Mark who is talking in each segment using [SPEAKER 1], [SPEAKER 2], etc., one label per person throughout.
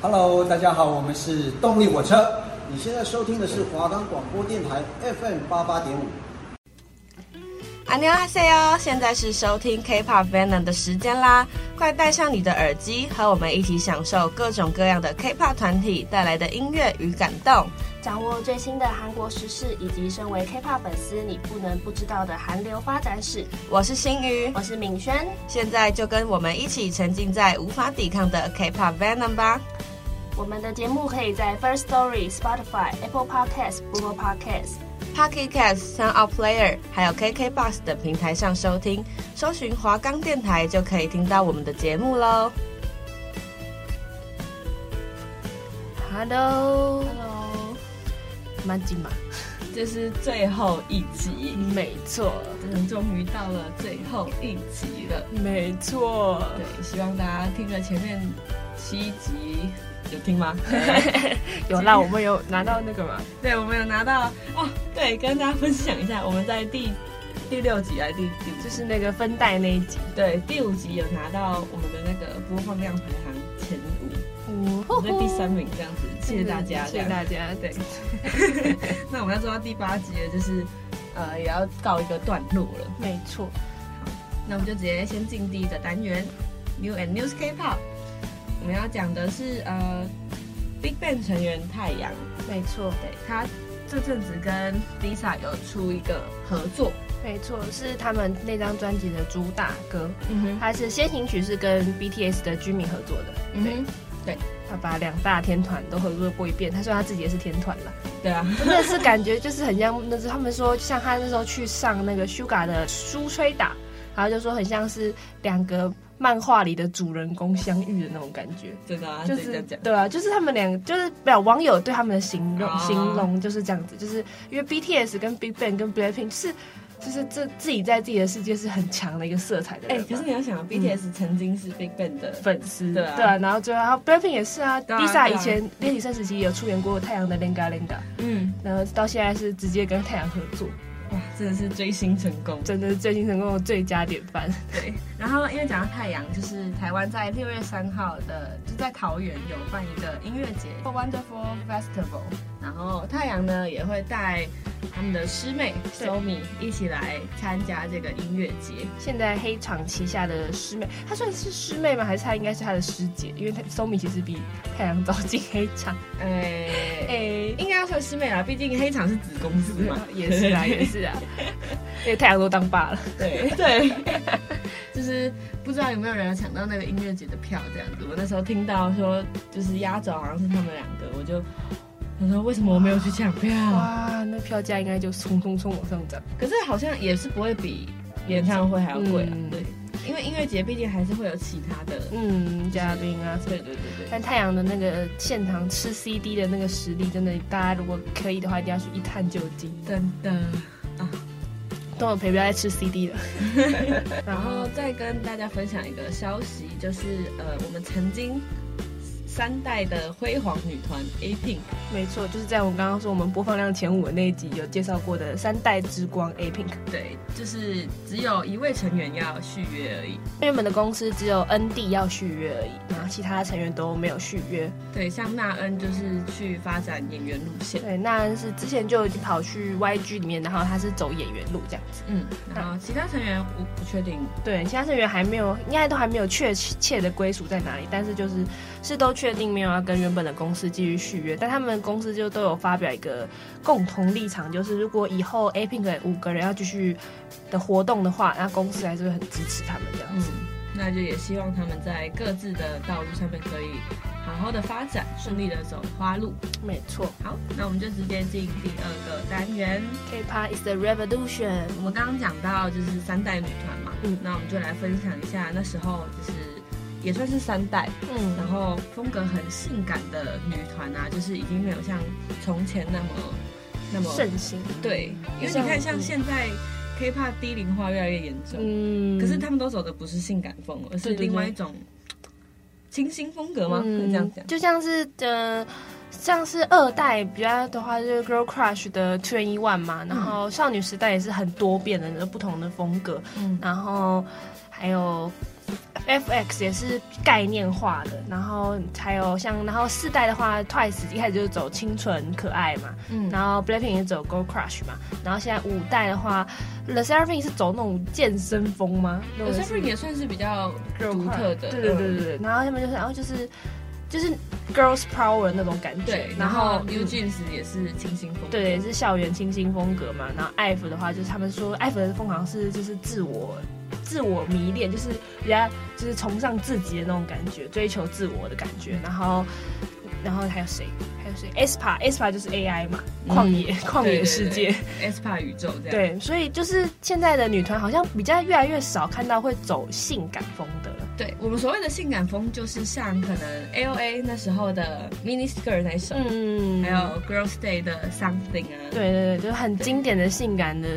[SPEAKER 1] Hello，大家好，我们是动力火车。
[SPEAKER 2] 你现在收听的是华冈广播电台 FM 八八点五。
[SPEAKER 3] 안녕하세요，现在是收听 K-pop Venom 的时间啦！快戴上你的耳机，和我们一起享受各种各样的 K-pop 团体带来的音乐与感动。
[SPEAKER 4] 掌握最新的韩国时事，以及身为 K-pop 粉丝你不能不知道的韩流发展史。
[SPEAKER 3] 我是新宇，
[SPEAKER 4] 我是敏轩，
[SPEAKER 3] 现在就跟我们一起沉浸在无法抵抗的 K-pop Venom 吧！
[SPEAKER 4] 我们的节目可以在 First Story、Spotify、Apple Podcasts、Google Podcasts。
[SPEAKER 3] Pocket Cast、Sound Out Player，还有 KKBox 等平台上收听，搜寻华冈电台就可以听到我们的节目喽。Hello，
[SPEAKER 4] Hello，
[SPEAKER 3] 蛮紧嘛，
[SPEAKER 5] 这是最后一集，
[SPEAKER 3] 没错，
[SPEAKER 5] 我们终于到了最后一集了。
[SPEAKER 3] 没错，
[SPEAKER 5] 对，希望大家听了前面七集，有听 吗？
[SPEAKER 3] 有啦，我们有拿到那个嘛，
[SPEAKER 5] 对，我们有拿到哦。对，跟大家分享一下，我们在第第六集还是第第五
[SPEAKER 3] 就
[SPEAKER 5] 集？
[SPEAKER 3] 是那个分带那一集。
[SPEAKER 5] 对，第五集有拿到我们的那个播放量排行前五，我们在第三名这样子，谢谢大家，
[SPEAKER 3] 嗯谢谢
[SPEAKER 5] 家。
[SPEAKER 3] 大家。对，
[SPEAKER 5] 那我们要做到第八集了，就是呃，也要告一个段落了。
[SPEAKER 3] 没错。
[SPEAKER 5] 那我们就直接先进第一个单元，New and News K-pop。我们要讲的是呃，Big Bang 成员太阳，
[SPEAKER 3] 没错，
[SPEAKER 5] 对他这阵子跟 Lisa 有出一个合作，
[SPEAKER 3] 没错，是他们那张专辑的主打歌，
[SPEAKER 5] 嗯
[SPEAKER 3] 它是先行曲是跟 BTS 的居民合作的，
[SPEAKER 5] 嗯哼，对
[SPEAKER 3] 他把两大天团都合作过一遍，他说他自己也是天团 啦，
[SPEAKER 5] 对啊，
[SPEAKER 3] 真的是感觉就是很像那时候他们说，像他那时候去上那个 Suga 的书吹打，然后就说很像是两个漫画里的主人公相遇的那种感觉，
[SPEAKER 5] 真的啊，
[SPEAKER 3] 就
[SPEAKER 5] 这
[SPEAKER 3] 是
[SPEAKER 5] 样讲，
[SPEAKER 3] 对啊，就是他们两个就是没有网友对他们的形容、
[SPEAKER 5] 哦
[SPEAKER 3] 形容就是这样子，就是因为 BTS 跟 Big Bang 跟 Blackpink 是就是这自己在自己的世界是很强的一个色彩的
[SPEAKER 5] 哎、
[SPEAKER 3] 人嘛，
[SPEAKER 5] 可是你要想，BTS 曾经是 Big Bang 的
[SPEAKER 3] 嗯粉丝，
[SPEAKER 5] 对啊
[SPEAKER 3] 对啊，然后最后然后 Blackpink 也是啊
[SPEAKER 5] 对啊
[SPEAKER 3] ，Lisa
[SPEAKER 5] 对啊
[SPEAKER 3] 以前练习生时期有出演过《太阳的 Lenga Lenga》，
[SPEAKER 5] 嗯，
[SPEAKER 3] 然后到现在是直接跟太阳合作，
[SPEAKER 5] 哇，真的是追星成功。
[SPEAKER 3] 真的是最近成功的最佳典范。
[SPEAKER 5] 对，然后因为讲到太阳，就是台湾在六月三号的，就在桃园有办一个音乐节叫 Wonderful Festival，然后太阳呢也会带他们的师妹 Somi 一起来参加这个音乐节。
[SPEAKER 3] 现在黑场旗下的师妹，她算是师妹吗？还是她应该是她的师姐？因为她 Somi 其实比太阳早进黑场。
[SPEAKER 5] 哎、
[SPEAKER 3] 哎、
[SPEAKER 5] 应该要说师妹啦，毕竟黑场是子公司嘛，
[SPEAKER 3] 也是啊，也是啊，因为太阳都当爸了。
[SPEAKER 5] 对对， 就是不知道有没有人抢到那个音乐节的票这样子。我那时候听到说，就是压轴好像是他们两个，我就我说为什么我没有去抢票？
[SPEAKER 3] 哇，那票价应该就冲冲冲往上涨。
[SPEAKER 5] 可是好像也是不会比演唱会还要贵啊，
[SPEAKER 3] 嗯
[SPEAKER 5] 对，因为音乐节毕竟还是会有其他的，
[SPEAKER 3] 嗯，嘉宾啊，
[SPEAKER 5] 对对对对，
[SPEAKER 3] 但太阳的那个现场吃 CD 的那个实力，真的，大家如果可以的话，一定要去一探究竟。
[SPEAKER 5] 真的。
[SPEAKER 3] 等我陪不要再吃 CD 了。然
[SPEAKER 5] 然
[SPEAKER 3] 后
[SPEAKER 5] 后再跟大家分享一个消息，就是呃，我们曾经三代的辉煌女团 A Pink，
[SPEAKER 3] 没错，就是在我们刚刚说我们播放量前五的那一集有介绍过的三代之光 A Pink，
[SPEAKER 5] 对，就是只有一位成员要续约而已。
[SPEAKER 3] 原本的公司只有 ND 要续约而已，然后其他成员都没有续约。
[SPEAKER 5] 对，像纳恩就是去发展演员路线，
[SPEAKER 3] 对，那是之前就已经跑去 YG 里面，然后他是走演员路这样子。
[SPEAKER 5] 嗯，然后其他成员我不确定，
[SPEAKER 3] 对，其他成员还没有，应该都还没有确切的归属在哪里，但是就是是都确定没有要跟原本的公司继续续约，但他们公司就都有发表一个共同立场，就是如果以后 A Pink 五个人要继续的活动的话，那公司还是会很支持他们这样
[SPEAKER 5] 嗯
[SPEAKER 3] 子。，
[SPEAKER 5] 那就也希望他们在各自的道路上面可以好好的发展，顺利的走花路。
[SPEAKER 3] 没错
[SPEAKER 5] 好，那我们就直接进第二个单元。
[SPEAKER 3] ，K-pop is the revolution。
[SPEAKER 5] 我们刚刚讲到就是三代女团嘛，
[SPEAKER 3] 嗯
[SPEAKER 5] 嗯，那我们就来分享一下那时候就是也算是三代，然
[SPEAKER 3] 嗯，
[SPEAKER 5] 后风格很性感的女团啊，就是已经没有像从前那么那么
[SPEAKER 3] 盛行。
[SPEAKER 5] 对，因为你看像现在 K-pop 低龄化越来越严重，
[SPEAKER 3] 嗯，
[SPEAKER 5] 可是他们都走的不是性感风，而是
[SPEAKER 3] 对对对嗯
[SPEAKER 5] 另外一种清新风格吗？可以这样讲。
[SPEAKER 3] 就像是呃，像是二代比较的话，就是 Girl Crush 的 Twenty One
[SPEAKER 5] 嗯
[SPEAKER 3] 嘛，然后少女时代也是很多变的，有不同的风格，
[SPEAKER 5] 嗯
[SPEAKER 3] 然后还有 FX 也是概念化的，然后还有像，然后四代的话，Twice 一开始就是走清纯可爱嘛，
[SPEAKER 5] 嗯
[SPEAKER 3] 然后 Blackpink 也走 Girl Crush 嘛，然后现在五代的话，The Seraphim 是走那种健身风吗？
[SPEAKER 5] 有些 r 也算是比较独特的，
[SPEAKER 3] 对对对对对，然后他们就是，然后就是就是 Girls Power 那种感觉，
[SPEAKER 5] 对。然后 New
[SPEAKER 3] 嗯
[SPEAKER 5] Jeans 也是清新风格，
[SPEAKER 3] 对，是校园清新风格嘛。然后 F 的话，就是他们说 F 的风好像是就是自我自我迷恋，就是人家就是崇尚自己的那种感觉，追求自我的感觉。然后，然后还有谁？还有谁？Espa Espa 就是 AI 嘛，
[SPEAKER 5] 嗯
[SPEAKER 3] 旷野、旷野世界。
[SPEAKER 5] ，SPA 宇宙这样。
[SPEAKER 3] 对，所以就是现在的女团好像比较越来越少看到会走性感风的了。
[SPEAKER 5] 对我们所谓的性感风，就是像可能 A O A 那时候的 Mini Skirt 那一首，
[SPEAKER 3] 嗯
[SPEAKER 5] 还有 Girls Day 的 Something 啊，
[SPEAKER 3] 对对对，就是很经典的性感的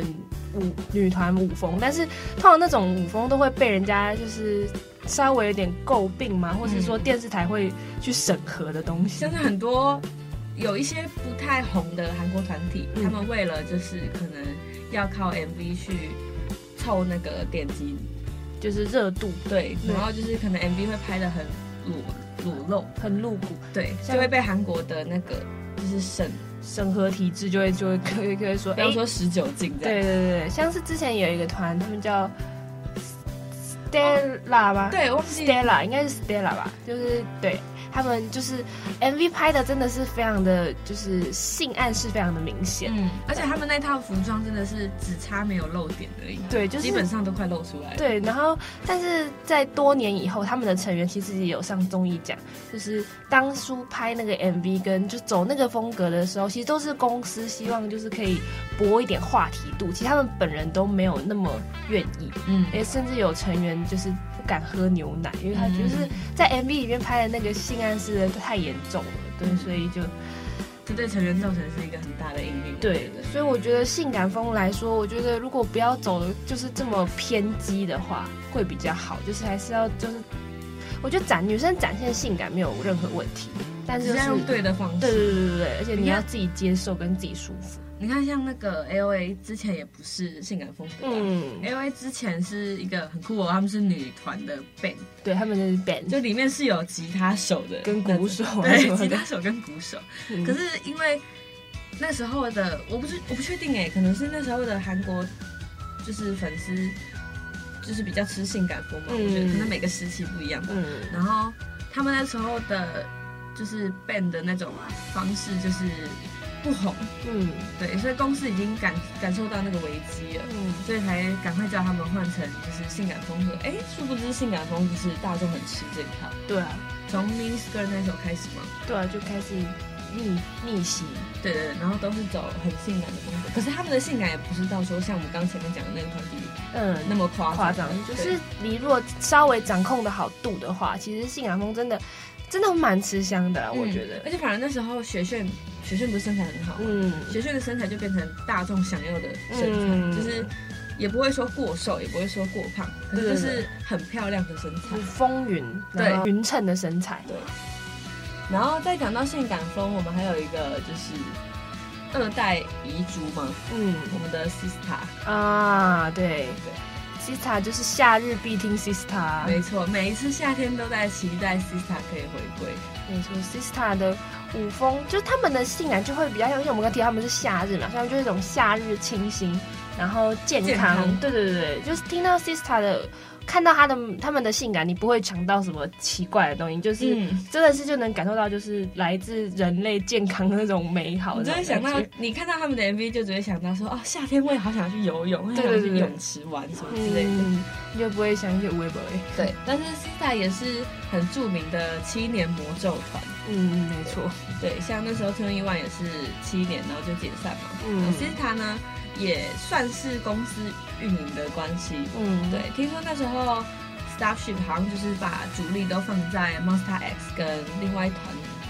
[SPEAKER 3] 舞女团舞风，但是通常那种舞风都会被人家就是稍微有点诟病嘛，或是说电视台会去审核的东 西
[SPEAKER 5] 像。是很多有一些不太红的韩国团体，
[SPEAKER 3] 嗯
[SPEAKER 5] 他们为了就是可能要靠 MV 去凑那个点击，
[SPEAKER 3] 就是热度
[SPEAKER 5] 对，
[SPEAKER 3] 对
[SPEAKER 5] 然后就是可能 MV 会拍的很裸裸露，
[SPEAKER 3] 很露骨，
[SPEAKER 5] 对，
[SPEAKER 3] 像
[SPEAKER 5] 就会被韩国的那个就是审，
[SPEAKER 3] 审核体制就会就会可以可以说，
[SPEAKER 5] 比
[SPEAKER 3] 哎、
[SPEAKER 5] 方说十九禁这
[SPEAKER 3] 对对
[SPEAKER 5] 样。
[SPEAKER 3] 对对，像是之前有一个团，他们叫 Stella 吗？
[SPEAKER 5] 对，忘记
[SPEAKER 3] Stella 应该是 Stella 吧，就是对他们就是 MV 拍的真的是非常的，就是性暗示非常的明显。
[SPEAKER 5] 嗯，而且他们那套服装真的是只差没有露点而已，
[SPEAKER 3] 对就是
[SPEAKER 5] 基本上都快露出来了。
[SPEAKER 3] 对，然后但是在多年以后，他们的成员其实也有上综艺讲，就是当初拍那个 MV 跟就走那个风格的时候，其实都是公司希望就是可以博一点话题度，其实他们本人都没有那么愿意，
[SPEAKER 5] 嗯，
[SPEAKER 3] 也甚至有成员就是不敢喝牛奶，因为他觉得是
[SPEAKER 5] 嗯
[SPEAKER 3] 在 MV 里面拍的那个性暗示的太严重了，对，
[SPEAKER 5] 嗯
[SPEAKER 3] 所以就
[SPEAKER 5] 这对成员造成是一个很大的阴影。
[SPEAKER 3] 对
[SPEAKER 5] 的，，
[SPEAKER 3] 所以我觉得性感风来说，我觉得如果不要走的就是这么偏激的话，会比较好。就是还是要就是，我觉得展女生展现性感没有任何问题，但是
[SPEAKER 5] 只
[SPEAKER 3] 就是
[SPEAKER 5] 要
[SPEAKER 3] 是
[SPEAKER 5] 用对的方式。
[SPEAKER 3] 对对对对对，而且你
[SPEAKER 5] 你看
[SPEAKER 3] 要自己接受跟自己舒服。
[SPEAKER 5] 你看，像那个 A O A 之前也不是性感风格、嗯
[SPEAKER 3] 嗯，
[SPEAKER 5] ，A O A 之前是一个很酷哦，他们是女团的 band，
[SPEAKER 3] 对，他们的 band
[SPEAKER 5] 就里面是有吉他手的
[SPEAKER 3] 嗯跟
[SPEAKER 5] 那种
[SPEAKER 3] 鼓手啊什
[SPEAKER 5] 对，
[SPEAKER 3] 么的
[SPEAKER 5] 吉他手跟鼓手。
[SPEAKER 3] 嗯
[SPEAKER 5] 可是因为那时候的我不是我不确定哎，可能是那时候的韩国就是粉丝就是比较吃性感风嘛，
[SPEAKER 3] 嗯
[SPEAKER 5] 我觉得可能每个时期不一样吧。
[SPEAKER 3] 嗯
[SPEAKER 5] 然后他们那时候的就是 band 的那种方式就是不红，
[SPEAKER 3] 嗯
[SPEAKER 5] 对，所以公司已经感感受到那个危机了。
[SPEAKER 3] 嗯，
[SPEAKER 5] 所以才赶快叫他们换成就是性感风格，哎，殊不知性感风就是大众很吃这一套。
[SPEAKER 3] 对啊
[SPEAKER 5] 从 Mini Skirt 那时候开始嘛，
[SPEAKER 3] 对啊，就开始逆逆袭。
[SPEAKER 5] 对对，对然后都是走很性感的风格，可是他们的性感也不是到说像我们刚前面讲的那个团体
[SPEAKER 3] 嗯，
[SPEAKER 5] 那么夸
[SPEAKER 3] 夸张，就是你如果稍微掌控的好度的话，其实性感风真的真的蛮吃香的啦，我觉
[SPEAKER 5] 嗯
[SPEAKER 3] 得。
[SPEAKER 5] 而且反而那时候雪炫，雪炫不是身材很好吗，
[SPEAKER 3] 嗯，
[SPEAKER 5] 雪炫的身材就变成大众想要的身材，
[SPEAKER 3] 嗯
[SPEAKER 5] 就是也不会说过瘦，也不会说过胖，可是就是很漂亮的身材
[SPEAKER 3] 就是。风云，
[SPEAKER 5] 对
[SPEAKER 3] 然后匀称的身材，
[SPEAKER 5] 对。然后再讲到性感风，我们还有一个就是二代遗珠嘛，
[SPEAKER 3] 嗯
[SPEAKER 5] 我们的 Sista，、
[SPEAKER 3] 啊，对，Sista 就是夏日必听 Sista，
[SPEAKER 5] 没错，每一次夏天都在期待 Sista 可以回归。
[SPEAKER 3] 没错，Sista 的舞风就是他们的性感就会比较像，因为我们刚提到他们是夏日嘛，所以他们就是一种夏日清新，然后健康，
[SPEAKER 5] 健康
[SPEAKER 3] 对对对，就是听到 Sista 的。看到他的他们的性感，你不会想到什么奇怪的东西，就是、
[SPEAKER 5] 嗯
[SPEAKER 3] 真的是就能感受到，就是来自人类健康的那种美好
[SPEAKER 5] 我
[SPEAKER 3] 的
[SPEAKER 5] 就
[SPEAKER 3] 那
[SPEAKER 5] 会
[SPEAKER 3] 种感觉。
[SPEAKER 5] 想到，你看到他们的 MV 就只会想到说，哦，夏天我也好想去游泳，我也
[SPEAKER 3] 对
[SPEAKER 5] 想
[SPEAKER 3] 对对
[SPEAKER 5] 去
[SPEAKER 3] 对
[SPEAKER 5] 泳池玩什么之类的。
[SPEAKER 3] 嗯，你就不会想一些微博诶。
[SPEAKER 5] 对，但是 Sista 也是很著名的七年魔咒团，
[SPEAKER 3] 嗯，没错。
[SPEAKER 5] 对，像那时候 Twenty One 也是七年，然后就解散嘛。
[SPEAKER 3] 嗯
[SPEAKER 5] 嗯，Sista 呢也算是公司运营的关系。
[SPEAKER 3] 嗯，
[SPEAKER 5] 对，听说那时候 Starship 好像就是把主力都放在 Monster X 跟另外一团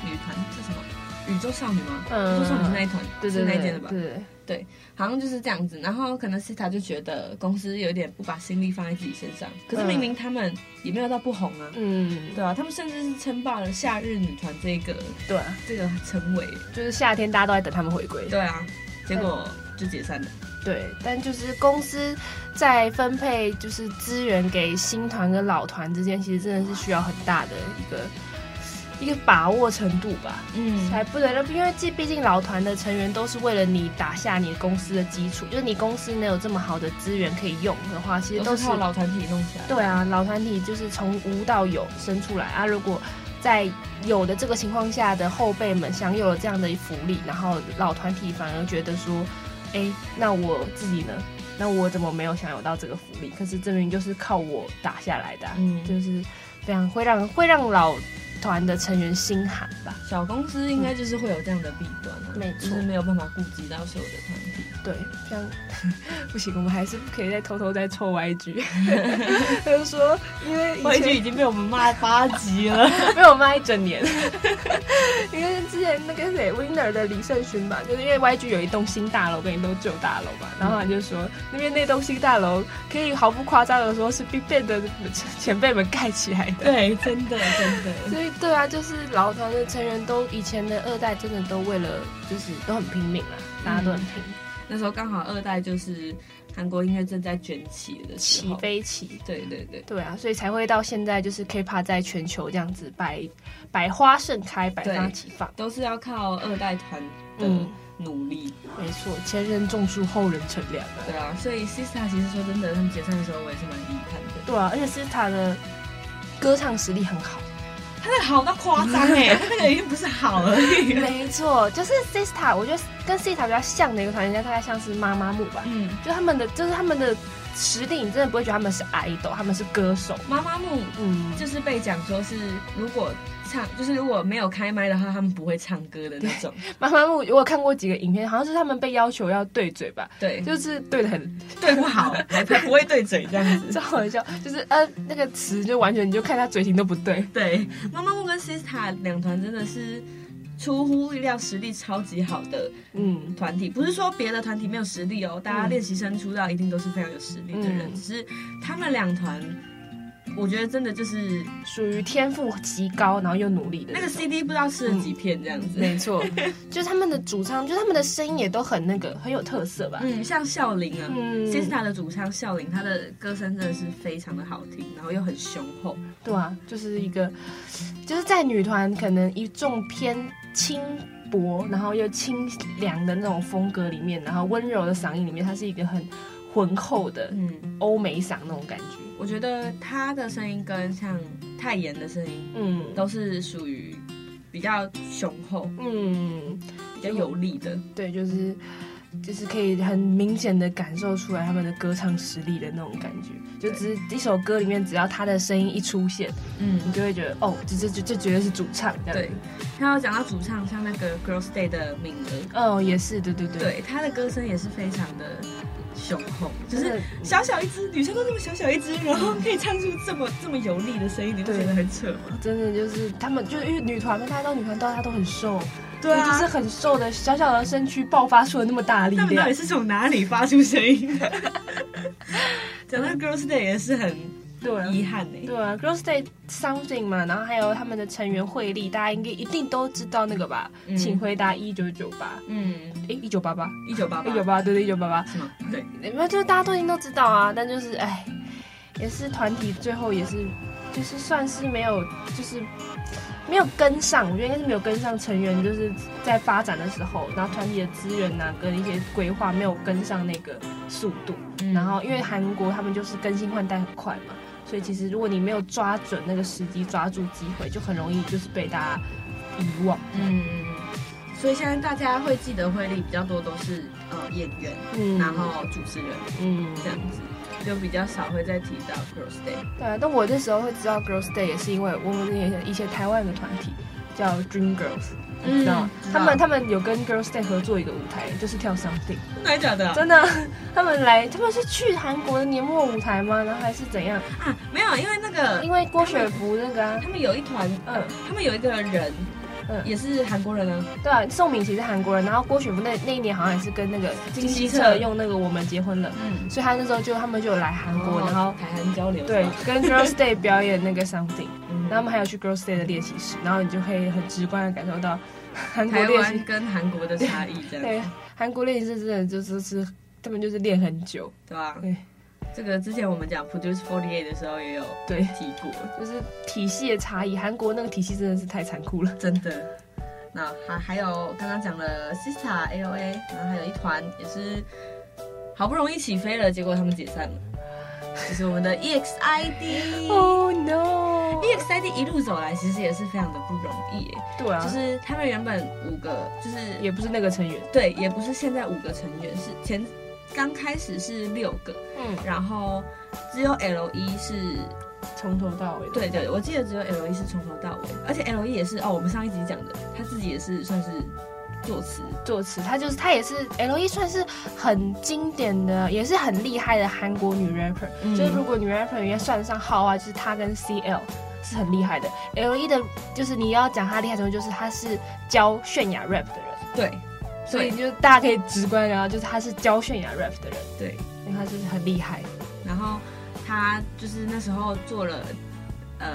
[SPEAKER 5] 女团是什么？宇宙少女吗？
[SPEAKER 3] 嗯
[SPEAKER 5] 宇宙少女是那一团，
[SPEAKER 3] 对
[SPEAKER 5] 是
[SPEAKER 3] 对
[SPEAKER 5] 那一
[SPEAKER 3] 对
[SPEAKER 5] 间的
[SPEAKER 3] 对
[SPEAKER 5] 吧？
[SPEAKER 3] 对，
[SPEAKER 5] 好像就是这样子。然后可能 Sita 就觉得公司有点不把心力放在自己身上，可是明明他们也没有到不红啊，
[SPEAKER 3] 嗯，
[SPEAKER 5] 对啊，他们甚至是称霸了夏日女团这个
[SPEAKER 3] 对啊，
[SPEAKER 5] 这个称谓，
[SPEAKER 3] 就是夏天大家都在等他们回归。
[SPEAKER 5] 对啊，结果就解散了。
[SPEAKER 3] 对，但就是公司在分配就是资源给新团跟老团之间，其实真的是需要很大的一个一个把握程度吧，
[SPEAKER 5] 嗯
[SPEAKER 3] 才不能让，因为这毕竟老团的成员都是为了你打下你公司的基础，就是你公司能有这么好的资源可以用的话，其实
[SPEAKER 5] 都
[SPEAKER 3] 都
[SPEAKER 5] 是
[SPEAKER 3] 是
[SPEAKER 5] 靠老团体弄起来的。
[SPEAKER 3] 对啊，老团体就是从无到有生出来啊。如果在有的这个情况下的后辈们享有了这样的福利，然后老团体反而觉得说，哎，那我自己呢？那我怎么没有享有到这个福利？可是这明明就是靠我打下来的啊、
[SPEAKER 5] 嗯
[SPEAKER 3] 就是非常会让会让老团的成员心寒吧。
[SPEAKER 5] 小公司应该就是会有这样的弊端啊，
[SPEAKER 3] 没错
[SPEAKER 5] 就是没有办法顾及到所有的团体。
[SPEAKER 3] 对，这样 不行，我们还是不可以再偷偷再凑 YG。他就说，因为以前
[SPEAKER 5] 已经被我们骂八集了，
[SPEAKER 3] 被我骂一整年。 因为之前那个谁 Winner 的李胜勋吧，就是因为 YG 有一栋新大楼跟一栋旧大楼嘛，然后他就说那边那栋新大楼可以毫不夸张的说是 BigBang 的 前辈们盖起来的。
[SPEAKER 5] 对，真的真的。
[SPEAKER 3] 所以对啊，就是老团的成员都以前的二代真的都为了就是都很拼命啦，大家都很拼，
[SPEAKER 5] 那时候刚好二代就是韩国音乐正在卷起的时
[SPEAKER 3] 起
[SPEAKER 5] 候，
[SPEAKER 3] 飞起。
[SPEAKER 5] 对对对，
[SPEAKER 3] 对啊，所以才会到现在，就是 K-pop 在全球这样子百百花盛开、百花
[SPEAKER 5] 对
[SPEAKER 3] 齐放。
[SPEAKER 5] 都是要靠二代团的
[SPEAKER 3] 嗯
[SPEAKER 5] 努力。
[SPEAKER 3] 没错，前人种树，后人乘凉啊。
[SPEAKER 5] 对啊，所以 Sista 其实说真的，他们解散的时候我也是蛮遗憾的。
[SPEAKER 3] 对啊，而且是他的歌唱实力很好。
[SPEAKER 5] 他那个好到夸张哎， 他那个已经不是好而已了。
[SPEAKER 3] 没错，就是 Sista，我觉得跟 Sista 比较像的一个团体，大概像是妈妈木吧。
[SPEAKER 5] 嗯，
[SPEAKER 3] 就他们的，就是他们的实力，你真的不会觉得他们是 idol，他们是歌手。
[SPEAKER 5] 妈妈木
[SPEAKER 3] 嗯，
[SPEAKER 5] 就是被讲说是如果唱，就是如果没有开麦的话，他们不会唱歌的那种。
[SPEAKER 3] 嗯妈妈木，我有看过几个影片，好像是他们被要求要对嘴吧，
[SPEAKER 5] 对，就
[SPEAKER 3] 就是对的很，
[SPEAKER 5] 对不 好，还还不会对嘴这样
[SPEAKER 3] 超
[SPEAKER 5] 子。
[SPEAKER 3] 好笑，就是呃那个词就完全你就看他嘴型都不对。
[SPEAKER 5] 对，妈妈木跟 Sista 两团真的是出乎意料，实力超级好的
[SPEAKER 3] 嗯，
[SPEAKER 5] 团体。不是说别的团体没有实力哦，大家
[SPEAKER 3] 嗯
[SPEAKER 5] 练习生出道一定都是非常有实力的人，
[SPEAKER 3] 嗯
[SPEAKER 5] 只是他们两团，我觉得真的就是
[SPEAKER 3] 嗯属于天赋极高，然后又努力的
[SPEAKER 5] 那个
[SPEAKER 3] 种
[SPEAKER 5] CD 不知道吃了几片这样子。
[SPEAKER 3] 没错，就是他们的主唱，就是他们的声音也都很那个，很有特色吧。
[SPEAKER 5] 嗯，像孝琳啊
[SPEAKER 3] 嗯
[SPEAKER 5] s i s t a 的主唱孝琳，她的歌声真的是非常的好听，然后又很雄厚。
[SPEAKER 3] 对啊，就是一个，就是在女团可能一众偏轻薄，然后又清凉的那种风格里面，然后温柔的嗓音里面，它是一个很浑厚的
[SPEAKER 5] 嗯，
[SPEAKER 3] 欧美嗓那种感觉。
[SPEAKER 5] 我觉得她的声音跟像泰妍的声音
[SPEAKER 3] 嗯
[SPEAKER 5] 都是属于比较雄厚、
[SPEAKER 3] 嗯，
[SPEAKER 5] 比较有力的。
[SPEAKER 3] 对，就是就是可以很明显的感受出来他们的歌唱实力的那种感觉。就只是一首歌里面，只要他的声音一出现，
[SPEAKER 5] 嗯
[SPEAKER 3] 你就会觉得哦，这这这这绝对是主唱这样。
[SPEAKER 5] 对，。她要讲到主唱，像那个 Girls Day 的敏儿，
[SPEAKER 3] 哦，也是，对对对。
[SPEAKER 5] 对，她的歌声也是非常的雄厚，就
[SPEAKER 3] 真
[SPEAKER 5] 是
[SPEAKER 3] 的
[SPEAKER 5] 小小一只女生都这么小小一只，然后可以唱出这么这么有力的声音，你不觉得
[SPEAKER 3] 对
[SPEAKER 5] 很扯吗？
[SPEAKER 3] 真的就是他们，就是因为女团嘛，大家都女团，大家都很瘦，
[SPEAKER 5] 对啊，
[SPEAKER 3] 就是很瘦的小小的身躯爆发出了那么大的力
[SPEAKER 5] 他们到
[SPEAKER 3] 量
[SPEAKER 5] 底，是从哪里发出声音 的？讲到 Girls Day 也是很
[SPEAKER 3] 对啊
[SPEAKER 5] 遗憾呢、
[SPEAKER 3] 对啊，Girls Day Something 嘛，然后还有他们的成员惠利，大家应该一定都知道那个吧？
[SPEAKER 5] 嗯
[SPEAKER 3] 请回答一九九八，
[SPEAKER 5] 嗯，
[SPEAKER 3] 诶，一九八八，
[SPEAKER 5] 一九八八
[SPEAKER 3] 一九八，对对，一九八八，
[SPEAKER 5] 是吗？对，
[SPEAKER 3] 没有，就是大家都已经都知道啊，但就是哎，也是团体最后也是，就是算是没有，就是没有跟上，我觉得应该是没有跟上成员就是在发展的时候，然后团体的资源呐、啊跟一些规划没有跟上那个速度，
[SPEAKER 5] 嗯
[SPEAKER 3] 然后因为韩国他们就是更新换代很快嘛，所以其实如果你没有抓准那个时机，抓住机会，就很容易就是被大家遗忘。
[SPEAKER 5] 嗯，所以现在大家会记得惠利比较多都是呃演员，
[SPEAKER 3] 嗯
[SPEAKER 5] 然后主持人
[SPEAKER 3] 嗯，
[SPEAKER 5] 这样子，就比较少会再提到 Girls Day。
[SPEAKER 3] 对啊，但我那时候会知道 Girls Day 也是因为我们也一些台湾的团体叫 Dream Girls，你知道
[SPEAKER 5] 嗯
[SPEAKER 3] 吗？
[SPEAKER 5] 知道
[SPEAKER 3] 他们他们有跟 Girls Day 合作一个舞台，就是跳 Something，
[SPEAKER 5] 真的还假的啊？
[SPEAKER 3] 真的，他们来他们是去韩国的年末舞台吗？然后还是怎样？
[SPEAKER 5] 啊，没有，因为那个
[SPEAKER 3] 因为郭雪芙那个啊，
[SPEAKER 5] 他们有一团，呃
[SPEAKER 3] 嗯，
[SPEAKER 5] 他们有一个人，
[SPEAKER 3] 嗯
[SPEAKER 5] 也是韩国人啊，
[SPEAKER 3] 对啊，宋敏其实韩国人，然后郭雪芙那那一年好像也是跟那个
[SPEAKER 5] 金
[SPEAKER 3] 金
[SPEAKER 5] 希
[SPEAKER 3] 希
[SPEAKER 5] 澈
[SPEAKER 3] 澈用那个我们结婚了，
[SPEAKER 5] 嗯，
[SPEAKER 3] 所以他那时候就他们就有来韩国，
[SPEAKER 5] 哦
[SPEAKER 3] 然后
[SPEAKER 5] 台韩交流，
[SPEAKER 3] 对
[SPEAKER 5] 是吧
[SPEAKER 3] 跟 Girls Day 表演那个 Something。
[SPEAKER 5] 嗯
[SPEAKER 3] 然后我们还有去 Girls Day 的练习室，然后你就可以很直观的感受到韩国
[SPEAKER 5] 台
[SPEAKER 3] 练
[SPEAKER 5] 湾
[SPEAKER 3] 习，
[SPEAKER 5] 跟韩国的差异这样。
[SPEAKER 3] 对，韩国练习室真的就是是他们就是练很久，
[SPEAKER 5] 对吧、
[SPEAKER 3] 对
[SPEAKER 5] 这个之前我们讲 Produce Forty Eight 的时候也有
[SPEAKER 3] 对，
[SPEAKER 5] 提过，
[SPEAKER 3] 就是体系的差异。韩国那个体系真的是太残酷了。
[SPEAKER 5] 真的。那还还有刚刚讲了 Sista A O A，然后还有一团也是好不容易起飞了，结果他们解散了，就是我们的 E X I D。
[SPEAKER 3] Oh no！
[SPEAKER 5] E X I D 一路走来，其实也是非常的不容易耶，
[SPEAKER 3] 对啊，
[SPEAKER 5] 就是他们原本五个，就是
[SPEAKER 3] 也不是那个成员。
[SPEAKER 5] 对，也不是现在五个成员，是前刚开始是六个，
[SPEAKER 3] 嗯，
[SPEAKER 5] 然后只有 L 一是，
[SPEAKER 3] 从头到尾。，
[SPEAKER 5] 对对，我记得只有 L 一是从头到尾，而且 L 一也是哦，我们上一集讲的，他自己也是算是作词，
[SPEAKER 3] 作词，她就是她也是 L E，算是很经典的，也是很厉害的韩国女 rapper、
[SPEAKER 5] 嗯
[SPEAKER 3] 就是如果女 rapper 里面算得上号啊，就是她跟 C L 是很厉害的。L E 的，就是你要讲她厉害程度，就是她是教泫雅 rap 的人，
[SPEAKER 5] 对
[SPEAKER 3] 所以就是大家可以直观地聊到，就是她是教泫雅 rap 的人，
[SPEAKER 5] 对，
[SPEAKER 3] 因为她就是很厉害。
[SPEAKER 5] 然后他就是那时候做了，呃，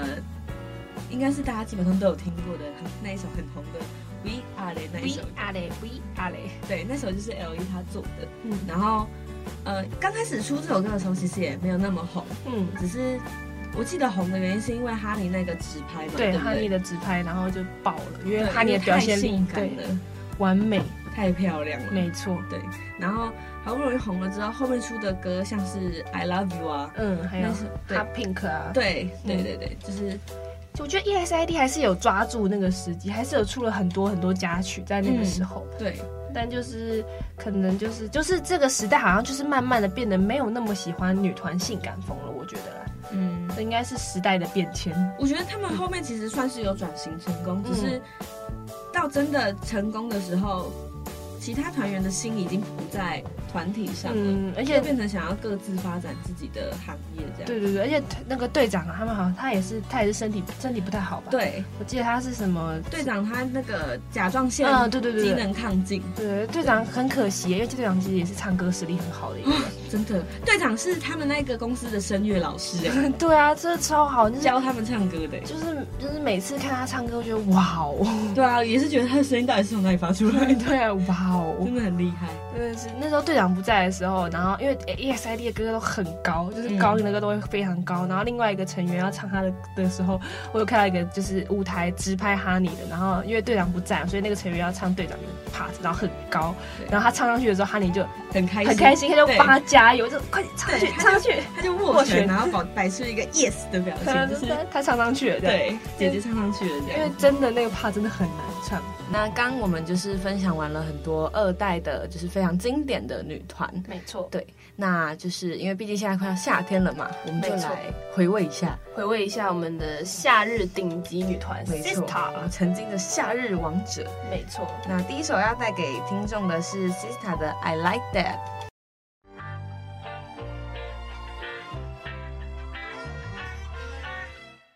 [SPEAKER 5] 应该是大家基本上都有听过的那一首很红的 We Are 的那一首，
[SPEAKER 3] 阿雷，We 阿雷，
[SPEAKER 5] 对，那首就是 L E 他做的，
[SPEAKER 3] 嗯
[SPEAKER 5] 然后呃，刚开始出这首歌的时候，其实也没有那么红。
[SPEAKER 3] 嗯，
[SPEAKER 5] 只是我记得红的原因是因为哈尼那个直拍嘛，
[SPEAKER 3] 对，
[SPEAKER 5] 不
[SPEAKER 3] 哈尼
[SPEAKER 5] 对
[SPEAKER 3] 的直拍，然后就爆了，因为
[SPEAKER 5] 对
[SPEAKER 3] 哈尼的表现
[SPEAKER 5] 因为
[SPEAKER 3] 力
[SPEAKER 5] 太性
[SPEAKER 3] 对
[SPEAKER 5] 感了，
[SPEAKER 3] 完美，
[SPEAKER 5] 太漂亮了。
[SPEAKER 3] 没错，
[SPEAKER 5] 然后好不容易红了之后，后面出的歌像是 I Love You 啊，
[SPEAKER 3] 嗯，还有
[SPEAKER 5] 那是对
[SPEAKER 3] Hot Pink 啊，
[SPEAKER 5] 对
[SPEAKER 3] 嗯
[SPEAKER 5] 对对对，就是
[SPEAKER 3] 我觉得 E S I D 还是有抓住那个时机，还是有出了很多很多佳曲在
[SPEAKER 5] 嗯
[SPEAKER 3] 那个时候，
[SPEAKER 5] 对
[SPEAKER 3] 但就是可能就是就是这个时代好像就是慢慢的变得没有那么喜欢女团性感风了，我觉得啦，
[SPEAKER 5] 嗯，
[SPEAKER 3] 这应该是时代的变迁。
[SPEAKER 5] 我觉得他们后面其实算是有转型成功，
[SPEAKER 3] 嗯
[SPEAKER 5] 只是到真的成功的时候，其他团员的心已经不在团体上了。
[SPEAKER 3] 嗯，而
[SPEAKER 5] 就
[SPEAKER 3] 且
[SPEAKER 5] 变成想要各自发展自己的行业这样。
[SPEAKER 3] 对对对，而且那个队长啊，他们好像他也是他也是身体身体不太好吧？，
[SPEAKER 5] 对，
[SPEAKER 3] 我记得他是什么
[SPEAKER 5] 队长他那个甲状腺
[SPEAKER 3] 嗯对对对对
[SPEAKER 5] 机能亢进，
[SPEAKER 3] 对，队长很可惜，因为队长其实也是唱歌实力很好的一个
[SPEAKER 5] 真的，队长是他们那个公司的声乐老师哎，
[SPEAKER 3] 人。对啊，真的超好，就是
[SPEAKER 5] 教他们唱歌的哎。
[SPEAKER 3] 就是就是每次看他唱歌，我觉得哇哦，
[SPEAKER 5] 对啊，也是觉得他的声音到底是从哪里发出来的，
[SPEAKER 3] 对啊，哇哦，
[SPEAKER 5] 真的很厉害。
[SPEAKER 3] 真的是那时候队长不在的时候，然后因为 E S I D 的歌都很高，就是高音的歌都会非常高，然后另外一个成员要唱他的的时候，我有看到一个就是舞台直拍哈尼的，然后因为队长不在，所以那个成员要唱队长的 part，然后很高
[SPEAKER 5] 对，
[SPEAKER 3] 然后他唱上去的时候，哈尼就
[SPEAKER 5] 很开心，
[SPEAKER 3] 很开心，他就
[SPEAKER 5] 对
[SPEAKER 3] 帮他加油，就快点唱上去，
[SPEAKER 5] 对他就
[SPEAKER 3] 唱上去。
[SPEAKER 5] 他就握
[SPEAKER 3] 握
[SPEAKER 5] 拳，
[SPEAKER 3] 拳
[SPEAKER 5] 然后摆摆出一个 yes 啊的表
[SPEAKER 3] 他
[SPEAKER 5] 情，就
[SPEAKER 3] 就是
[SPEAKER 5] 是
[SPEAKER 3] 他唱上去了，这样，
[SPEAKER 5] 对姐姐唱上去了这
[SPEAKER 3] 因为
[SPEAKER 5] 样。
[SPEAKER 3] 真的那个怕真的很难唱，
[SPEAKER 5] 那刚我们就是分享完了很多二代的，就是非常经典的女团，
[SPEAKER 3] 没错。
[SPEAKER 5] 对，那就是因为毕竟现在快要夏天了嘛，我们就
[SPEAKER 3] 没错
[SPEAKER 5] 来回味一下。
[SPEAKER 3] 回味一下我们的夏日顶级女团
[SPEAKER 5] 没错
[SPEAKER 3] Sista，，
[SPEAKER 5] 曾经的夏日王者。
[SPEAKER 3] 没错。
[SPEAKER 5] 那第一首要带给听众的是 Sista 的《I Like That》。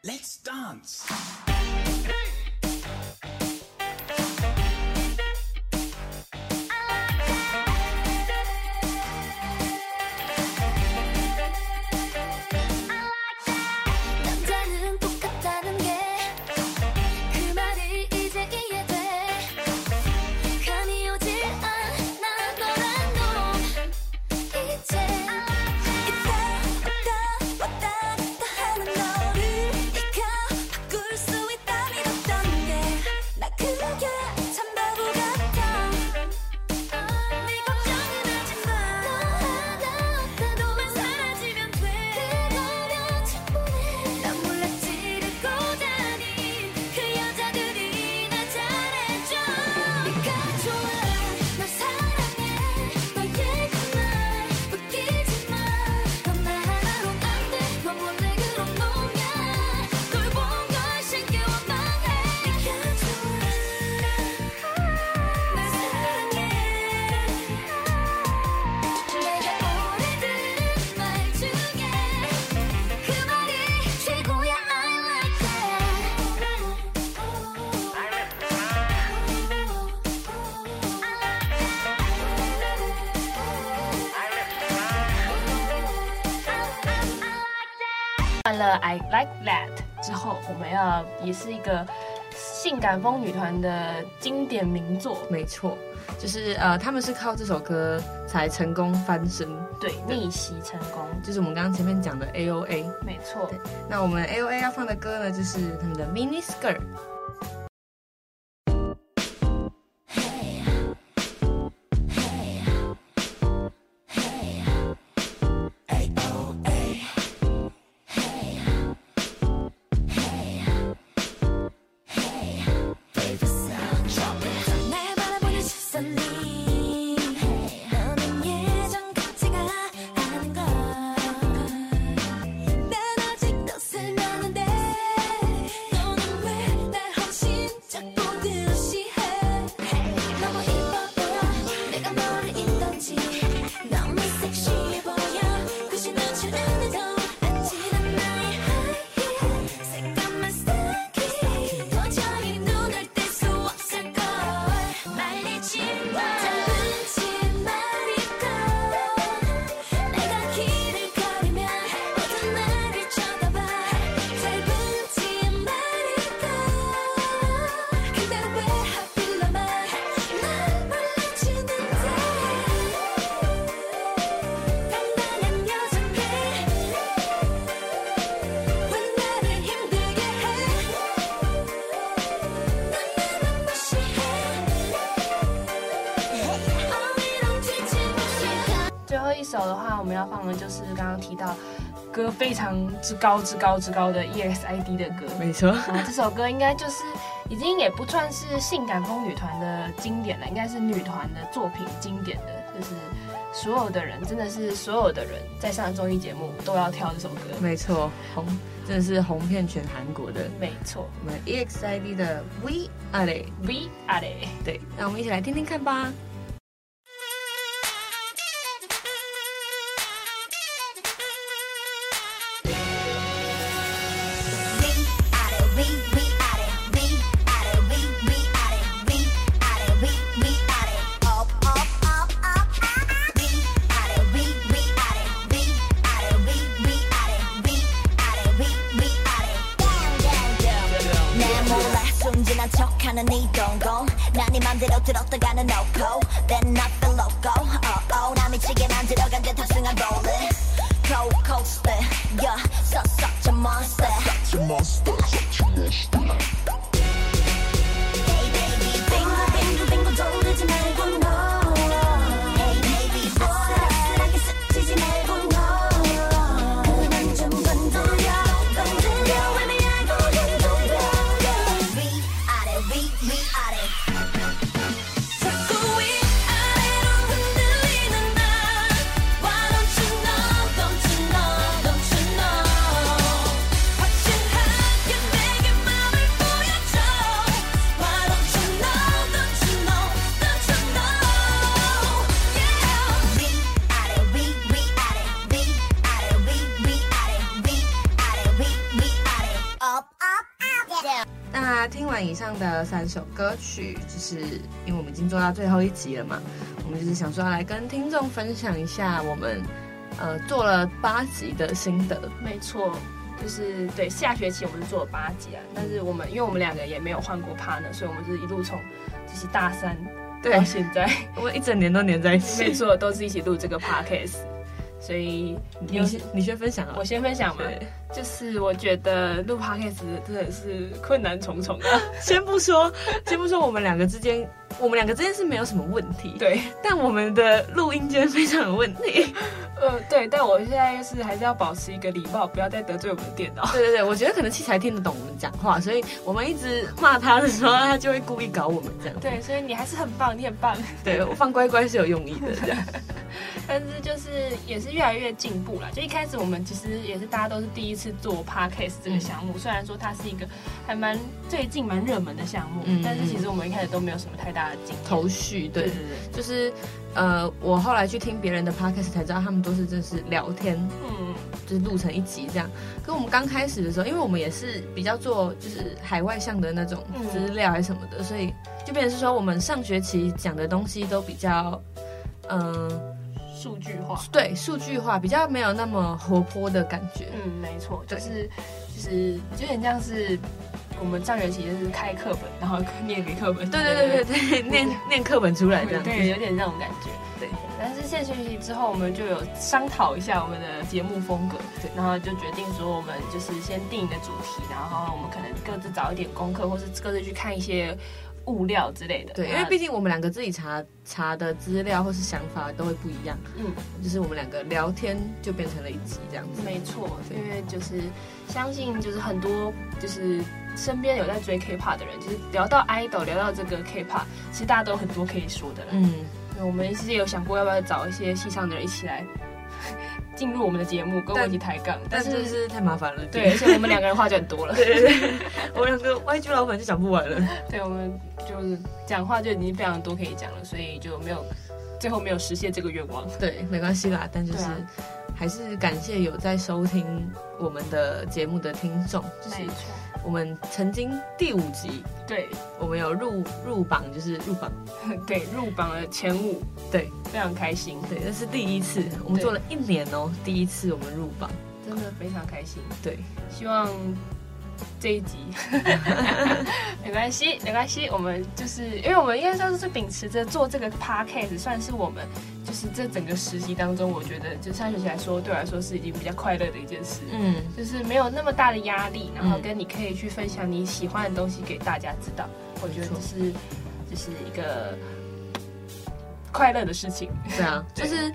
[SPEAKER 1] Let's dance。
[SPEAKER 6] 남자는 똑같다는 게 그 말이 이제 이해돼 감이 오질 않아 너랑 넌 이제 있다 없다 왔다 갔다 하는 너를 네가 바꿀 수 있다면 어떤데 나 그게 참 바보 같아 네 걱정은 하지마 너 하나 없다 너만 사라지면 돼 그거면 충분해 난 몰래 찌르고 다닌 그 여자들이 나 잘해줘 네가 좋아 널 사랑해 너의 그말 웃기지마 넌나 하나로 안돼 너무 내그로 놓냐 널 본 걸 쉽게 원망해 네가 좋아 널 사랑해 내가 오래 들은 말 중에 그 말이 최고야 I
[SPEAKER 3] 换
[SPEAKER 6] like that I like that
[SPEAKER 3] 了 I Like That 之后，我们要也是一个性感风女团的经典名作。
[SPEAKER 5] 没错，就是呃，他们是靠这首歌才成功翻身，
[SPEAKER 3] 对，逆袭成功，
[SPEAKER 5] 就是我们刚刚前面讲的 A O A。
[SPEAKER 3] 没错。
[SPEAKER 5] 那我们 A O A 要放的歌呢，就是他们的 Mini Skirt。
[SPEAKER 6] 날 바라보는 시선이 너는 예전 같지가 않은 걸난 아직도 쓸만한데 너는 왜 날 헌신짝 보듯이 해 너무 이뻐 보여 내가 너를 잊던지 너무 섹시해 보여 굳이 노출하는데도 아찔한 나의 하이힐 새까만 스타킹 도저히 눈을 뗄 수 없을걸 말리지 마 작은 신발이고 내가 길을 걸으면 모두 나를 쳐다봐 짧은 신발이고 근데 왜 하필러만 날 몰라주는데 당당한 여자네 왜 나를 힘들게 해난 무시해 어미랑 뒤지 무시해
[SPEAKER 3] 最后一首的话，我们要放的就是刚刚提到歌非常之高之高之高的 E EXID 的歌。
[SPEAKER 5] 没错，
[SPEAKER 3] 然后这首歌应该就是已经也不算是性感风女团的经典了，应该是女团的作品经典的，就是所有的人真的是所有的人在上综艺节目都要跳这首歌。
[SPEAKER 5] 没错，红真的是红遍全韩国的。
[SPEAKER 3] 没错
[SPEAKER 5] 我们 E EXID 的 We Are They，
[SPEAKER 3] ，We are it。
[SPEAKER 5] 对，那我们一起来听听看吧。
[SPEAKER 6] We at it, we we at it, we at it, we we at it, we at it, we we at it, up up up up. We at it, we we at it, we at it, we we at it, we at it, we we at it, down down down.
[SPEAKER 7] 내 몰라 숨진한 척하는 이 동공 난네 맘대로 들었다가는 no go Then I feel loco oh oh 나 미치게 만들어간 듯 탑승한 rolling Cold coaster yeah so such a monster
[SPEAKER 6] Hey baby, bingo bingo bingo 돌리지 말고 no. Hey baby, 사랑스럽게 스치지 말고 no. 그만 좀 건드려, 건드려 애매하고 흔들려.
[SPEAKER 7] We are it we we are it
[SPEAKER 6] 자꾸 위아래로 흔들리는 나. Why don't you know, don't you know, don't you know? 확실하게 내게 맘을 보여줘. Why don't you know, don't you know, don't you know? Yeah.
[SPEAKER 7] We are it we we are it we are it we we are it we are it we we are it up up up down
[SPEAKER 5] 那听完以上的三首歌曲，就是因为我们已经做到最后一集了嘛，我们就是想说要来跟听众分享一下我们呃做了八集的心得。
[SPEAKER 3] 没错，就是对下学期我们是做了八集啊，但是我们因为我们两个也没有换过 partner，所以我们就是一路从就是大三
[SPEAKER 5] 对
[SPEAKER 3] 到，现在，
[SPEAKER 5] 我们一整年都黏在一
[SPEAKER 3] 没
[SPEAKER 5] 起。
[SPEAKER 3] 错，都是一起录这个 podcast。所以
[SPEAKER 5] 你先，你先分享啊
[SPEAKER 3] 我。先分享嘛，
[SPEAKER 5] 对
[SPEAKER 3] 就是我觉得录 podcast 真的是困难重重啊。
[SPEAKER 5] 先不说，先不说我们两个之间，我们两个之间是没有什么问题，，
[SPEAKER 3] 对，
[SPEAKER 5] 但我们的录音间非常有问题。
[SPEAKER 3] 呃，对，但我现在是还是要保持一个礼貌，不要再得罪我们的电 脑。
[SPEAKER 5] 对对对，我觉得可能器材听得懂我们讲话，所以我们一直骂他的时候，他就会故意搞我们这样。
[SPEAKER 3] 对，所以你还是很棒，你很棒。
[SPEAKER 5] 对，我放乖乖是有用意 的，这样。
[SPEAKER 3] 但是就是也是越来越进步啦。就一开始我们其实也是大家都是第一次做 podcast 这
[SPEAKER 5] 嗯
[SPEAKER 3] 个项目，虽然说它是一个还蛮最近蛮热门的项目，
[SPEAKER 5] 嗯
[SPEAKER 3] 但是其实我们一开始都没有什么太大的经验。
[SPEAKER 5] 头绪，对
[SPEAKER 3] 对，对对，
[SPEAKER 5] 就是呃，我后来去听别人的 podcast 才知道，他们都是真是聊天，
[SPEAKER 3] 嗯，
[SPEAKER 5] 就是录成一集这样。跟我们刚开始的时候，因为我们也是比较做就是海外向的那种
[SPEAKER 3] 嗯
[SPEAKER 5] 资料还是什么的，所以就变成是说我们上学期讲的东西都比较，嗯、
[SPEAKER 3] 数据化。
[SPEAKER 5] 对，数据化，比较没有那么活泼的感觉。
[SPEAKER 3] 嗯，没错，就
[SPEAKER 5] 对
[SPEAKER 3] 是就是有点像是我们上学期就是开课本，然后念给课本，
[SPEAKER 5] 对对对对对，
[SPEAKER 3] 念念课本出来这样子，
[SPEAKER 5] 对
[SPEAKER 3] 有点那种感觉。对，但是现学期之后，我们就有商讨一下我们的节目风格，对，然后就决定说我们就是先定一个主题，然后我们可能各自找一点功课，或是各自去看一些物料之类的。
[SPEAKER 5] 对，因为毕竟我们两个自己查查的资料或是想法都会不一样，
[SPEAKER 3] 嗯，
[SPEAKER 5] 就是我们两个聊天就变成了一集这样子。
[SPEAKER 3] 没错，因为就是相信就是很多就是身边有在追 K-pop 的人，就是聊到 idol，聊到这个 K-pop，其实大家都有很多可以说的了。
[SPEAKER 5] 嗯，
[SPEAKER 3] 那我们其实也有想过要不要找一些戏上的人一起来 进入我们的节目，跟我一起抬杠，
[SPEAKER 5] 但是就。是太麻烦了，
[SPEAKER 3] 对，而且我们两个人话就很多了，
[SPEAKER 5] 对对对，我们两个 YG 老板就讲不完了。
[SPEAKER 3] 对，我们就是讲话就已经非常多可以讲了，所以就没有最后没有实现这个愿望。
[SPEAKER 5] 对，没关系啦，但就是、
[SPEAKER 3] 对啊
[SPEAKER 5] 还是感谢有在收听我们的节目的听众，就是
[SPEAKER 3] 错，
[SPEAKER 5] 我们曾经第五集
[SPEAKER 3] 对
[SPEAKER 5] 我们有入入榜，就是入榜，
[SPEAKER 3] 对，入榜了前五，
[SPEAKER 5] 对
[SPEAKER 3] 非常开心，
[SPEAKER 5] 对，那是第一次，我们
[SPEAKER 3] 对
[SPEAKER 5] 做了一年哦，第一次我们入榜，
[SPEAKER 3] 真的非常开心。
[SPEAKER 5] 对，
[SPEAKER 3] 希望这一 集没关系，没关系，我们就是因为我们应该算是秉持着做这个 podcast，算是我们就是这整个实习当中，我觉得就上学期来说，对我来说是已经比较快乐的一件事。
[SPEAKER 5] 嗯，
[SPEAKER 3] 就是没有那么大的压力，然后
[SPEAKER 5] 嗯
[SPEAKER 3] 跟你可以去分享你喜欢的东西给大家知道，我觉得
[SPEAKER 5] 没错
[SPEAKER 3] 这是这是一个快乐的事情。
[SPEAKER 5] 对 啊，就是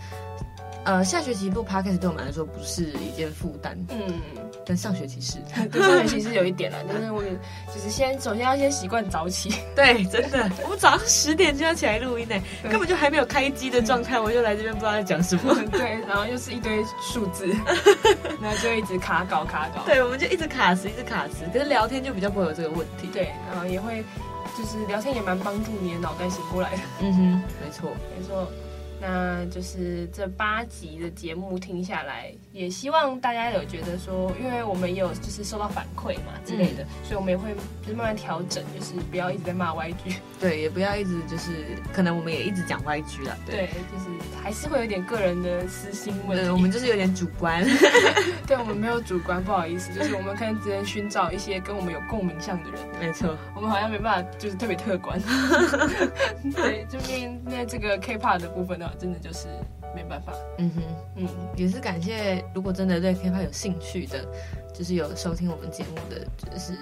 [SPEAKER 5] 呃下学期录 podcast 对我们来说不是一件负担，
[SPEAKER 3] 嗯。
[SPEAKER 5] 但上学期 是，
[SPEAKER 3] 对，上学期是有一点了，但是我也就是先首先要先习惯早起，
[SPEAKER 5] 对，真的，我们早上十点就要起来录音呢，根本就还没有开机的状态，
[SPEAKER 3] 嗯
[SPEAKER 5] 我就来这边不知道在讲什么。
[SPEAKER 3] 对，然后又是一堆数字，然后就一直卡稿卡稿，
[SPEAKER 5] 对，我们就一直卡词，一直卡词。可是聊天就比较不会有这个问题。，
[SPEAKER 3] 对，然后也会就是聊天也蛮帮助你的脑袋醒过来的，
[SPEAKER 5] 嗯哼，没错。
[SPEAKER 3] 没错。那就是这八集的节目听下来，也希望大家有觉得说，因为我们也有就是收到反馈嘛之类
[SPEAKER 5] 嗯
[SPEAKER 3] 的，所以我们也会就是慢慢调整，就是不要一直在骂 YG，
[SPEAKER 5] 对，也不要一直就是，可能我们也一直讲 YG 啦。
[SPEAKER 3] 对，就是还是会有点个人的私心问题。
[SPEAKER 5] 对，我们就是有点主观。
[SPEAKER 3] 对我们没有主观，不好意思，就是我们可能只能寻找一些跟我们有共鸣向的人，
[SPEAKER 5] 没错，
[SPEAKER 3] 我们好像没办法，就是特别特 观。对，就面面这个 K-pop 的部分的话，真的就是没办法。
[SPEAKER 5] 嗯哼，
[SPEAKER 3] 嗯，
[SPEAKER 5] 也是感谢，如果真的对 K-pop 有兴趣的，就是有收听我们节目的，就是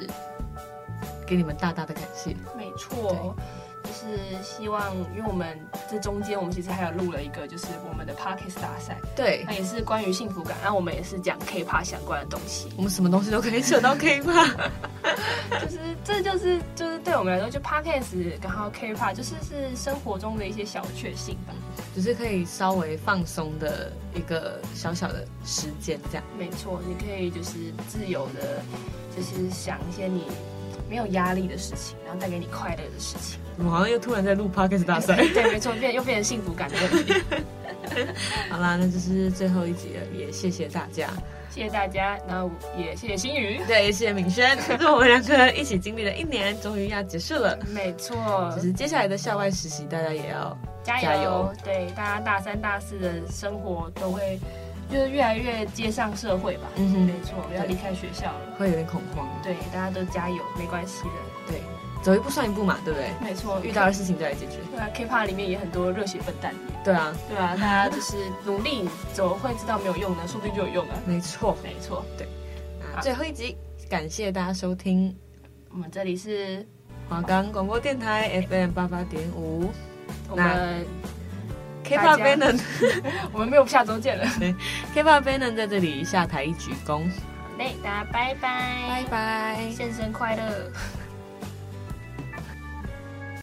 [SPEAKER 5] 给你们大大的感谢。
[SPEAKER 3] 没错。就是希望，因为我们这中间，我们其实还有录了一个，就是我们的 Parkes 大赛，
[SPEAKER 5] 对
[SPEAKER 3] 那，也是关于幸福感，那我们也是讲 K-pop 相关的东西。
[SPEAKER 5] 我们什么东西都可以扯到 K-pop。
[SPEAKER 3] 就是 这就是就是对我们来说，就 Parkes 然后 K-pop 就是是生活中的一些小确幸吧。
[SPEAKER 5] 只是可以稍微放松的一个小小的时间，这样。
[SPEAKER 3] 没错，你可以就是自由的，就是想一些你没有压力的事情，然后带给你快乐的事情。
[SPEAKER 5] 我们好像又突然在录 podcast 大赛。
[SPEAKER 3] 对，没错，变又变成幸福感的问题。
[SPEAKER 5] 好啦，那就是最后一集了，也谢谢大家，
[SPEAKER 3] 谢谢大家，然后也谢谢心宇。
[SPEAKER 5] 对，也谢谢敏轩，这是 我们两个一起经历了一年，终于要结束了。
[SPEAKER 3] 没错
[SPEAKER 5] 只，是接下来的校外实习，大家也要
[SPEAKER 3] 加油！
[SPEAKER 5] 加油
[SPEAKER 3] 对，大家大三、大四的生活都会就是越来越接上社会吧。
[SPEAKER 5] 嗯哼
[SPEAKER 3] 没错，要离开学校了。
[SPEAKER 5] 会有点恐慌，
[SPEAKER 3] 对，大家都加油，没关系的。
[SPEAKER 5] 对，走一步算一步嘛，对不对？
[SPEAKER 3] 没错，
[SPEAKER 5] 遇到的事情再来解决。
[SPEAKER 3] 对啊，K-pop 里面也很多热血笨 蛋。
[SPEAKER 5] 对啊，
[SPEAKER 3] 对啊，大家就是努力，怎么会知道没有用呢？说不定就有用了。
[SPEAKER 5] 没错。
[SPEAKER 3] 没错，
[SPEAKER 5] 那最后一集，感谢大家收听
[SPEAKER 3] 我们这里是
[SPEAKER 5] 华冈广播电台 FM 八八点五
[SPEAKER 3] 我
[SPEAKER 5] 那
[SPEAKER 3] 们
[SPEAKER 5] K-pop
[SPEAKER 3] 大家
[SPEAKER 5] Bannon
[SPEAKER 3] 我们没有下周见了。
[SPEAKER 5] K-pop Bannon 在这里下台一鞠躬，
[SPEAKER 3] 好嘞，大家拜拜，
[SPEAKER 5] 拜拜。
[SPEAKER 3] 健身快乐。